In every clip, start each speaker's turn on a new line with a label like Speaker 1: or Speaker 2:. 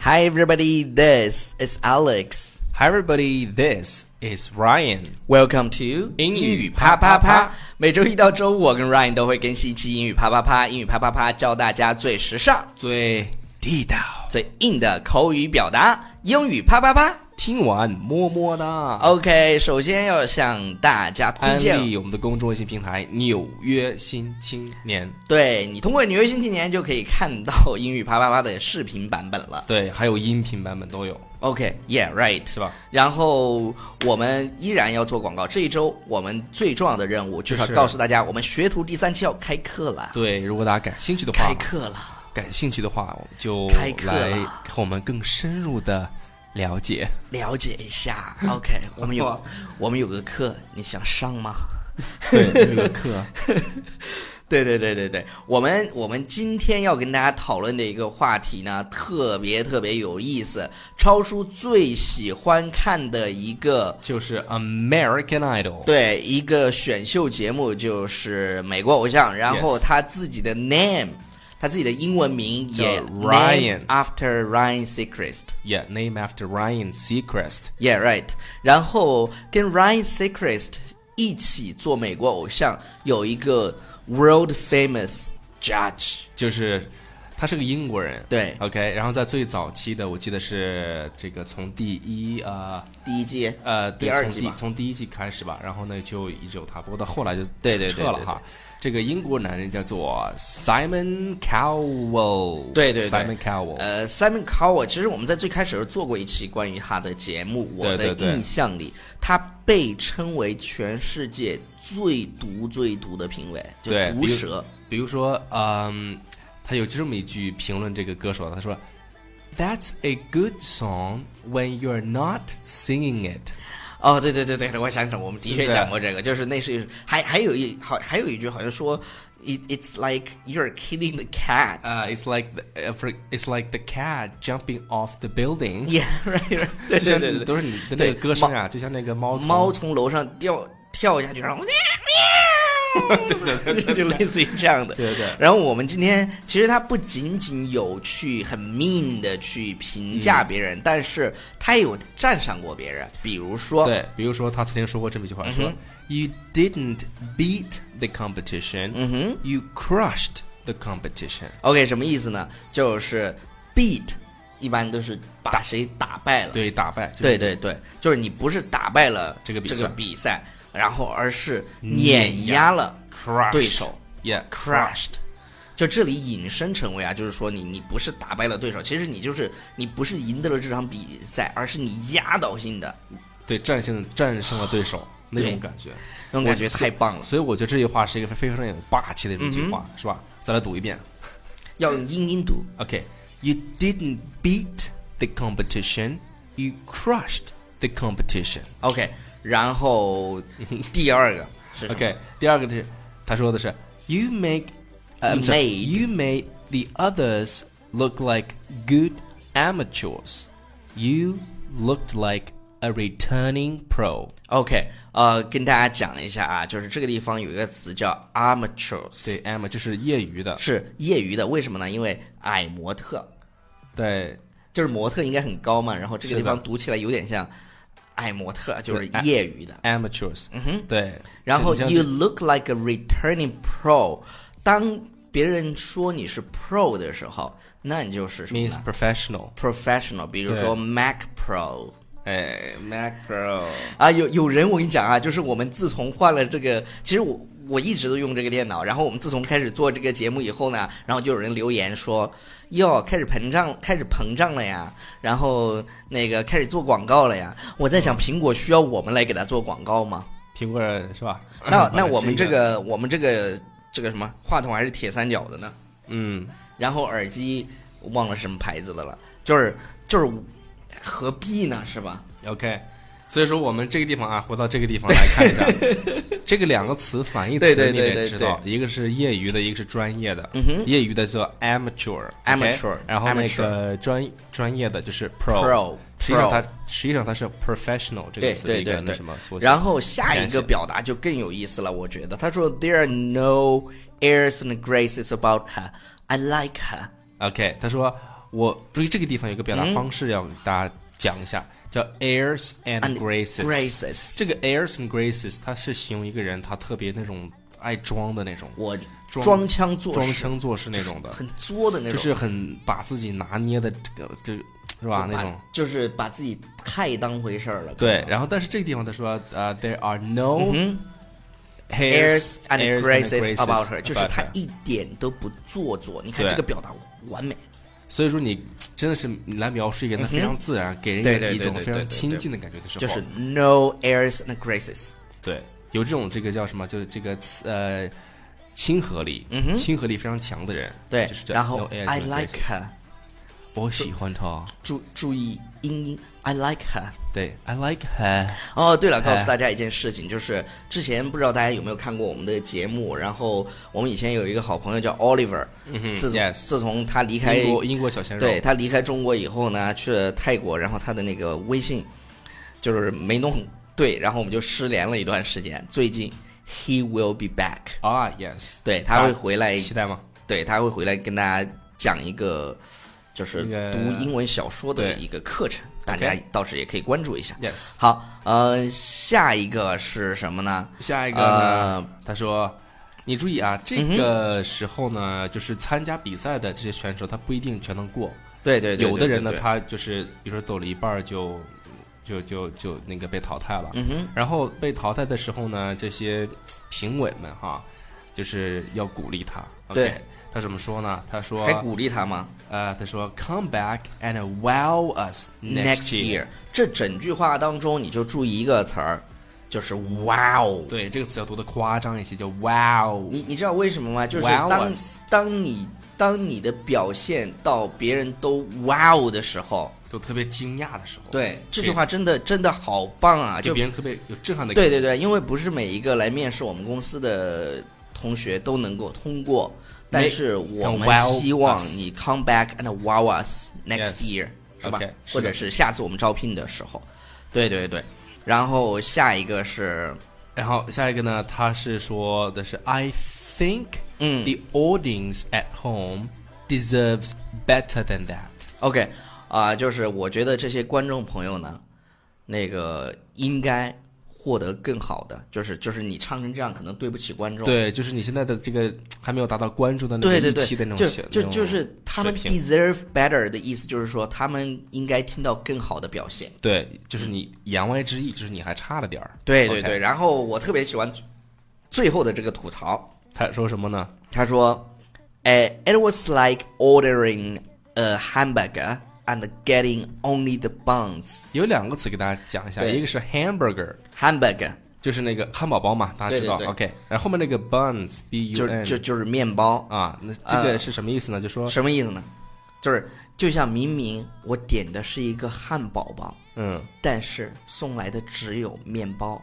Speaker 1: Hi, everybody. This is Alex.
Speaker 2: Hi, everybody. This is Ryan.
Speaker 1: Welcome to
Speaker 2: 英语
Speaker 1: 啪啪
Speaker 2: 啪啪
Speaker 1: 啪
Speaker 2: 啪。
Speaker 1: 每周一到周五，我跟 Ryan 都会更新一期英语啪啪啪。英语啪啪啪，教大家最时尚、
Speaker 2: 最地道，
Speaker 1: 最硬的口语表达。英语啪啪啪。
Speaker 2: 听完么么
Speaker 1: 哦
Speaker 2: 哒。
Speaker 1: OK，首先要向大家推
Speaker 2: 安
Speaker 1: 荐，
Speaker 2: 利我们的公众微信平台《纽约新青年》，
Speaker 1: 对你通过纽约新青年就可以看到英语啪啪啪的视频版本了。
Speaker 2: 对，还有音频版本都有，
Speaker 1: OK，Yeah，right、
Speaker 2: 是吧？
Speaker 1: 然后我们依然要做广告。这一周我们最重要的任务就是要
Speaker 2: 就是
Speaker 1: 告诉大家，我们学徒第三期要开课了，
Speaker 2: 对，如果大家感兴趣的话
Speaker 1: 开，课了。
Speaker 2: 感兴趣的话，我们就
Speaker 1: 开课
Speaker 2: 来
Speaker 1: 了
Speaker 2: 和我们更深入的了解。
Speaker 1: 了解一 下，OK，我们有我们有个课，你想上吗？
Speaker 2: 对，那个课，
Speaker 1: 对对对对对，我们我们今天要跟大家讨论的一个话题呢，特别特别有意思。超叔最喜欢看的一个
Speaker 2: 就是 American Idol。
Speaker 1: 对一个选秀节目就是美国偶像，然后
Speaker 2: Yes
Speaker 1: 他自己的 name，他自己的英文名
Speaker 2: 叫
Speaker 1: 也
Speaker 2: Ryan
Speaker 1: named after Ryan Seacrest。
Speaker 2: Yeah, name after Ryan Seacrest.
Speaker 1: Yeah, right。然后跟 Ryan Seacrest 一起做美国偶像，有一个 world famous judge。
Speaker 2: 就是他是个英国人，
Speaker 1: 对
Speaker 2: ，OK。然后在最早期的，我记得是这个从第一呃
Speaker 1: 第一季，
Speaker 2: 呃对
Speaker 1: 第二
Speaker 2: 从
Speaker 1: 季吧
Speaker 2: 从第一季开始吧，然后呢就一直有他，不过到后来就
Speaker 1: 对对对
Speaker 2: 撤了
Speaker 1: 对
Speaker 2: 哈。这个英国男人叫做 Simon Cowell，
Speaker 1: 对对对
Speaker 2: ，Simon Cowell，
Speaker 1: 呃，Simon Cowell，其实我们在最开始做过一期关于他的节目，我
Speaker 2: 对
Speaker 1: 的
Speaker 2: 对对
Speaker 1: 印象里，他被称为全世界最毒最毒的评委，就
Speaker 2: 对
Speaker 1: 毒
Speaker 2: 比如
Speaker 1: 舌。
Speaker 2: 比如说嗯，他有这么一句评论这个歌手，他说。That's a good song when you're not singing it。
Speaker 1: 哦，对对对对，我想起来，我们的
Speaker 2: 是
Speaker 1: 确
Speaker 2: 啊不是
Speaker 1: 讲过这个，就是那是还还有一好还有一句好像说，it it's like you're killing the cat。
Speaker 2: 呃、i t s like the, uh, for- it's like the cat jumping off the building。
Speaker 1: Yeah, right, right. 对
Speaker 2: 就像
Speaker 1: 对对对，
Speaker 2: 都是你的
Speaker 1: 对
Speaker 2: 那个歌声啊，就像那个猫
Speaker 1: 猫
Speaker 2: 从
Speaker 1: 从楼上掉跳下去，然后 就类似于这样的。
Speaker 2: 对对对
Speaker 1: 然后我们今天其实它不仅仅有去很 mean 的去
Speaker 2: 嗯
Speaker 1: 评价别人，但是它也有赞赏过别人，比如说，
Speaker 2: 对，比如说他曾经说过这么一句
Speaker 1: 嗯
Speaker 2: 话，说 You didn't beat the competition,
Speaker 1: 嗯
Speaker 2: you crushed the competition。
Speaker 1: OK 什么意思呢？就是 beat 一般都是把谁打败了。
Speaker 2: 对，打败，就是
Speaker 1: 对对对，就是你不是打败了
Speaker 2: 这个比
Speaker 1: 这
Speaker 2: 赛
Speaker 1: 个比赛，然后而是
Speaker 2: 碾
Speaker 1: 碾压了
Speaker 2: crushed
Speaker 1: 对手。
Speaker 2: ，yeah
Speaker 1: crushed。就这里引申成为啊，就是说你你不是打败了对手，其实你就是你不是赢得了这场比赛，而是你压倒性的
Speaker 2: 对，战胜战胜了对手那
Speaker 1: 对
Speaker 2: 种感觉。
Speaker 1: 那种感觉太棒了，
Speaker 2: 所以我觉得这句话是一个非常有霸气的一句
Speaker 1: 嗯
Speaker 2: 话，是吧？再来读一遍
Speaker 1: 要用英音读。
Speaker 2: ，OK，You didn't beat the competition, you crushed the competition。
Speaker 1: OK，然后第二个是什 么
Speaker 2: OK，第二个是他说的是 You make，呃
Speaker 1: You
Speaker 2: I'm sorry,
Speaker 1: made.
Speaker 2: you made the others look like good amateurs. You looked like a returning pro.
Speaker 1: OK，呃，跟大家讲一下啊，就是这个地方有一个词叫 amateurs，
Speaker 2: 对，，am 就是业余的，
Speaker 1: 是业余的，为什么呢？因为矮模特
Speaker 2: 对，
Speaker 1: 就是模特应该很高嘛，然后这个地
Speaker 2: 是的
Speaker 1: 方读起来有点像矮模特，就是
Speaker 2: 对哎
Speaker 1: 业余的。
Speaker 2: amateurs。嗯哼，对。
Speaker 1: 然后
Speaker 2: 就你像
Speaker 1: you look like a returning pro。当别人说你是 pro 的时候，那你就是什么
Speaker 2: means
Speaker 1: 呢
Speaker 2: professional，
Speaker 1: professional，比如说 Mac Pro。
Speaker 2: 哎，macro，
Speaker 1: 啊，有有人我跟你讲啊，就是我们自从换了这个，其实我我一直都用这个电脑，然后我们自从开始做这个节目以后呢，然后就有人留言说，哟，开始膨胀，开始膨胀了呀，然后那个开始做广告了呀。我在想，苹果需要我们来给他做广告吗？
Speaker 2: 苹果人是吧？
Speaker 1: 那
Speaker 2: 本来
Speaker 1: 那
Speaker 2: 是
Speaker 1: 我们
Speaker 2: 一
Speaker 1: 这，个我们这个这个什么话筒还是铁三角的呢？
Speaker 2: 嗯，
Speaker 1: 然后耳机忘了什么牌子的了，就是就是何必呢？是吧？
Speaker 2: OK，所以说我们这个地方啊，回到这个地方来 看一下，这个两个词反义词
Speaker 1: 对对对
Speaker 2: 你得
Speaker 1: 对
Speaker 2: 知道，一个是业余的，一个是专业的。
Speaker 1: 嗯哼
Speaker 2: 业余的叫 amateur，OK？
Speaker 1: Amateur，
Speaker 2: 然后那
Speaker 1: amateur
Speaker 2: 个专专业的就是 pro。
Speaker 1: Pro，
Speaker 2: 实际上
Speaker 1: pro
Speaker 2: 它实际上它是 professional 这
Speaker 1: 对
Speaker 2: 个词的
Speaker 1: 对
Speaker 2: 一
Speaker 1: 对
Speaker 2: 个那
Speaker 1: 对
Speaker 2: 什么缩写。
Speaker 1: 然后下一
Speaker 2: 展
Speaker 1: 个
Speaker 2: 现
Speaker 1: 表达就更有意思了，我觉得他说 There are no airs and graces about her. I like her.
Speaker 2: OK，他说我注意这个地方有个表达方式要给大家讲一下，叫 airs and
Speaker 1: 嗯 And
Speaker 2: graces。
Speaker 1: racist。
Speaker 2: 这个 airs and graces，它是形容一个人他特别那种爱装的那种，
Speaker 1: 我
Speaker 2: 装
Speaker 1: 装腔作
Speaker 2: 装
Speaker 1: 势，
Speaker 2: 腔作势那种的，
Speaker 1: 很作的那
Speaker 2: 就
Speaker 1: 种，
Speaker 2: 是很把自己拿捏的这个这个是
Speaker 1: 就
Speaker 2: 吧那
Speaker 1: 把
Speaker 2: 种。
Speaker 1: 就是把自己太当回事儿了。可能
Speaker 2: 对，，然后但是这个地方他说，呃、t h e r e are no
Speaker 1: 嗯哼
Speaker 2: hairs
Speaker 1: airs and
Speaker 2: airs
Speaker 1: graces about her，就是
Speaker 2: about
Speaker 1: 她
Speaker 2: her
Speaker 1: 一点都不做作。你看
Speaker 2: 对
Speaker 1: 这个表达完美，
Speaker 2: 所以说你真的是你来描述一个人，他非常自然，给人
Speaker 1: 对
Speaker 2: 一个
Speaker 1: Mm-hmm 对
Speaker 2: 一
Speaker 1: 对
Speaker 2: 种
Speaker 1: 对
Speaker 2: 非
Speaker 1: 对
Speaker 2: 常
Speaker 1: 对
Speaker 2: 亲
Speaker 1: 对
Speaker 2: 近的感觉的时候，
Speaker 1: 就是 no airs and graces。
Speaker 2: 对有这种这个叫什么，就是这个呃亲和力，
Speaker 1: 嗯哼
Speaker 2: 亲和力非常强的人，
Speaker 1: 对
Speaker 2: 就是，这
Speaker 1: 然后
Speaker 2: no airs
Speaker 1: I
Speaker 2: no
Speaker 1: like
Speaker 2: graces
Speaker 1: her，
Speaker 2: 我喜欢他，
Speaker 1: 注注意音音，I like her。
Speaker 2: 对，I like her，
Speaker 1: 哦，对了，告
Speaker 2: 哎
Speaker 1: 诉大家一件事情，就是之前不知道大家有没有看过我们的节目，然后我们以前有一个好朋友叫 Oliver，自从
Speaker 2: yes
Speaker 1: 自从他离开
Speaker 2: 英国英国小鲜肉，
Speaker 1: 对他离开中国以后呢，去了泰国，然后他的那个微信就是没弄对，然后我们就失联了一段时间。最近 he will be back，
Speaker 2: 啊，yes，
Speaker 1: 对他会回来，
Speaker 2: 期待吗？
Speaker 1: 对他会回来跟大家讲一个就是
Speaker 2: 那个
Speaker 1: 读英文小说的
Speaker 2: 对
Speaker 1: 一个课程，大家到时也可以关注一下。
Speaker 2: Yes，
Speaker 1: 好，呃，下一个是什么呢？
Speaker 2: 下一个呢？
Speaker 1: 呃，嗯
Speaker 2: 他说：“你注意啊，这个时候呢，就是参加比赛的这些选手，他不一定全能过。
Speaker 1: 对对对，对
Speaker 2: 有的人呢，
Speaker 1: 对对
Speaker 2: 他就是比如说走了一半儿就就就就那个被淘汰了。
Speaker 1: 嗯哼，
Speaker 2: 然后被淘汰的时候呢，这些评委们哈，就是要鼓励他。
Speaker 1: 对
Speaker 2: OK，他怎么说呢？他说
Speaker 1: 还鼓励他吗？
Speaker 2: 呃，他说 Come back and wow us
Speaker 1: next year。这整句话当中，你就注意一个词儿，就是 wow。
Speaker 2: 对，这个词要读的夸张一些，叫 wow。
Speaker 1: 你你知道为什么吗？就是
Speaker 2: Wow
Speaker 1: 当
Speaker 2: us
Speaker 1: 当你当你的表现到别人都 wow 的时候，
Speaker 2: 就特别惊讶的时候，
Speaker 1: 对这
Speaker 2: 对
Speaker 1: 句话真的真的好棒啊！
Speaker 2: 给
Speaker 1: 就
Speaker 2: 别人特别有震撼的感
Speaker 1: 对
Speaker 2: 觉。
Speaker 1: 对对，因为不是每一个来面试我们公司的同学都能够通过，但是我们
Speaker 2: wow
Speaker 1: 希望
Speaker 2: us
Speaker 1: 你 come back and wow us next
Speaker 2: 哦 Yes
Speaker 1: year，是吧
Speaker 2: OK，是
Speaker 1: 或者
Speaker 2: 的
Speaker 1: 是下次我们招聘的时候，对对对。然后下一个是，
Speaker 2: 然后下一个呢，他是说的是 I think
Speaker 1: 嗯
Speaker 2: the audience at home deserves better than that。
Speaker 1: OK，啊、就是我觉得这些观众朋友呢，那个应该获得更好的，就是就是你唱成这样，可能对不起观众。
Speaker 2: 对，就是你现在的这个还没有达到关注的那
Speaker 1: 对
Speaker 2: 个
Speaker 1: 对
Speaker 2: 预
Speaker 1: 对
Speaker 2: 期的那，种
Speaker 1: 就
Speaker 2: 写
Speaker 1: 就
Speaker 2: 那种
Speaker 1: 就是他们
Speaker 2: 水平
Speaker 1: deserve better 的意思，就是说他们应该听到更好的表现。
Speaker 2: 对，就是你言外之意就是你还差了点儿。
Speaker 1: 对对对
Speaker 2: OK
Speaker 1: 然后我特别喜欢最最后的这个吐槽，
Speaker 2: 他说什么呢？
Speaker 1: 他说：“哎，it was like ordering a hamburger and getting only the buns
Speaker 2: 有两个词给大家讲一下，
Speaker 1: 对
Speaker 2: 一个是 hamburger，
Speaker 1: hamburger，
Speaker 2: 就是那个汉堡包嘛，大家知道。
Speaker 1: 对对对
Speaker 2: OK，然后后面那个 buns b
Speaker 1: 就
Speaker 2: u
Speaker 1: 是
Speaker 2: n
Speaker 1: 就就是面包。”
Speaker 2: 啊，那
Speaker 1: 嗯
Speaker 2: 这个是什么意思呢？就说
Speaker 1: 什么意思呢？就是就像明明我点的是一个汉堡包，
Speaker 2: 嗯，
Speaker 1: 但是送来的只有面包。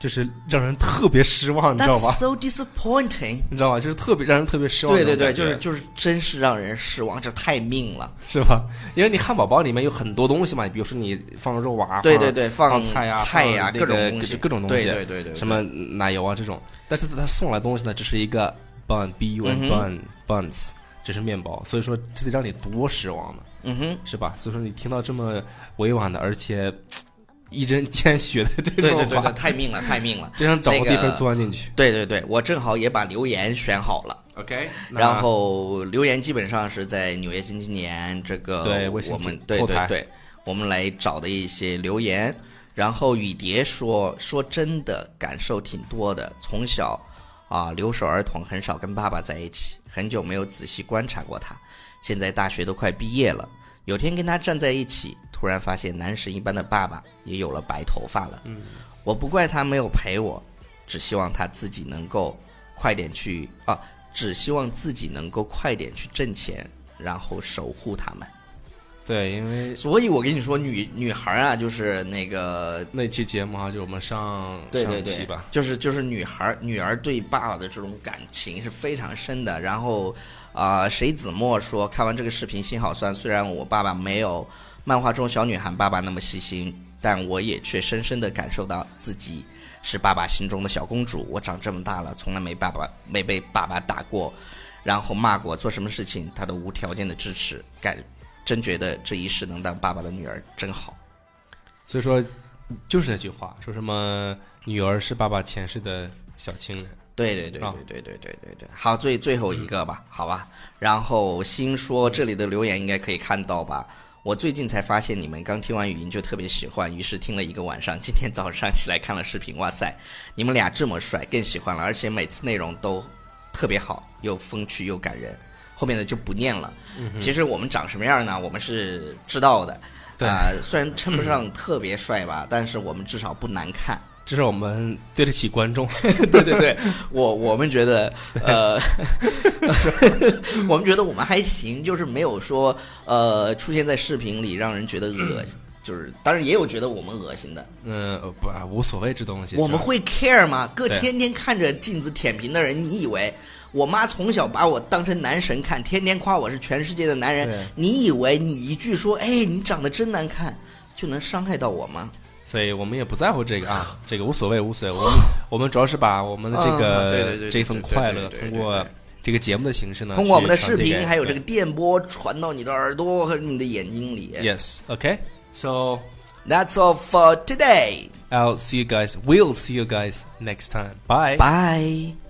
Speaker 2: 就是让人特别失望，你知道
Speaker 1: That's
Speaker 2: 吧？
Speaker 1: so disappointing。
Speaker 2: 你知道吧？就是特别让人特别失望
Speaker 1: 对
Speaker 2: 那种
Speaker 1: 对
Speaker 2: 感觉。
Speaker 1: 对，就是就是，真是让人失望，这太命了。
Speaker 2: 是吧？因为你汉堡包里面有很多东西嘛，比如说你放肉啊，
Speaker 1: 对
Speaker 2: 放
Speaker 1: 对对，
Speaker 2: 放
Speaker 1: 菜
Speaker 2: 菜呀、
Speaker 1: 菜
Speaker 2: 放
Speaker 1: 呀，
Speaker 2: 那
Speaker 1: 各种
Speaker 2: 个
Speaker 1: 东西，
Speaker 2: 各种东
Speaker 1: 对
Speaker 2: 西，
Speaker 1: 对对对，
Speaker 2: 什么奶油啊这种。但是他送来的东西呢，只是一个 bun b u n
Speaker 1: 嗯
Speaker 2: bun、buns，这是面包，所以说这得让你多失望呢，
Speaker 1: 对？嗯哼，
Speaker 2: 是吧？所以说你听到这么委婉的，而且嘖一针见血的这
Speaker 1: 对
Speaker 2: 种
Speaker 1: 对对
Speaker 2: 话，
Speaker 1: 对，太命了，太命了。
Speaker 2: 真想找个地
Speaker 1: 那
Speaker 2: 方
Speaker 1: 个
Speaker 2: 钻进去。
Speaker 1: 对对对，我正好也把留言选好了。
Speaker 2: OK，
Speaker 1: 然后留言基本上是在《纽约新青年》这个
Speaker 2: 对微信
Speaker 1: 我们
Speaker 2: 平
Speaker 1: 对
Speaker 2: 后
Speaker 1: 对
Speaker 2: 台
Speaker 1: 对，我们来找的一些留言。然后雨蝶说说真的感受挺多的，从小啊留守儿童，很少跟爸爸在一起，很久没有仔细观察过他。现在大学都快毕业了，有天跟他站在一起，突然发现男神一般的爸爸也有了白头发了。嗯，我不怪他没有陪我，只希望他自己能够快点去啊，只希望自己能够快点去挣钱，然后守护他们。
Speaker 2: 对，因为
Speaker 1: 所以我跟你说，女女孩啊，就是那个。
Speaker 2: 那期节目啊，就我们上
Speaker 1: 对对
Speaker 2: 上期
Speaker 1: 对
Speaker 2: 吧，，
Speaker 1: 就是就是女孩女儿对爸爸的这种感情是非常深的。然后，啊、谁子墨说看完这个视频心好酸，虽然我爸爸没有漫画中小女孩爸爸那么细心，但我也却深深的感受到自己是爸爸心中的小公主。我长这么大了，从来没爸爸没被爸爸打过，然后骂过做什么事情他都无条件的支持，感真觉得这一世能当爸爸的女儿真好。
Speaker 2: 所以说，就是那句话，说什么女儿是爸爸前世的小情人。
Speaker 1: 对对对
Speaker 2: 啊
Speaker 1: 对对对对对对，好，最最后一个吧，好吧。然后新说这里的留言应该可以看到吧？我最近才发现你们刚听完语音就特别喜欢，于是听了一个晚上，今天早上起来看了视频，哇塞，你们俩这么帅，更喜欢了，而且每次内容都特别好，又风趣又感人。后面的就不念了。
Speaker 2: 嗯
Speaker 1: 其实我们长什么样呢？我们是知道的。
Speaker 2: 对
Speaker 1: 啊虽然称不 上特别帅吧，但是我们至少不难看。
Speaker 2: 这是我们对得起观众，
Speaker 1: 对对对，我我们觉得，呃， 我们觉得我们还行，就是没有说呃出现在视频里让人觉得恶心，就是当然也有觉得我们恶心的，
Speaker 2: 嗯，呃不啊无所谓这东西。
Speaker 1: 我们
Speaker 2: 是吧
Speaker 1: 会 care 吗？哥，
Speaker 2: 对
Speaker 1: 天天看着镜子舔屏的人，你以为我妈从小把我当成男神看，天天夸我是全世界的男
Speaker 2: 对
Speaker 1: 人，你以为你一句说，哎，你长得真难看，就能伤害到我吗？
Speaker 2: 所以我们也不在乎这 个啊，这个无所谓无所谓。我们我们主要是把我们的这
Speaker 1: 啊对对对
Speaker 2: 个
Speaker 1: 对
Speaker 2: 这份快乐，
Speaker 1: 对对
Speaker 2: 通
Speaker 1: 对对
Speaker 2: 过这个节目的形式呢，
Speaker 1: 通过我们的
Speaker 2: 去
Speaker 1: 视
Speaker 2: 传递给
Speaker 1: 频，还有这个
Speaker 2: 对
Speaker 1: 电波传到你的耳朵和你的眼睛里。
Speaker 2: Yes, OK. So
Speaker 1: That's all for today.
Speaker 2: I'll see you guys. We'll see you guys next time. Bye.
Speaker 1: Bye.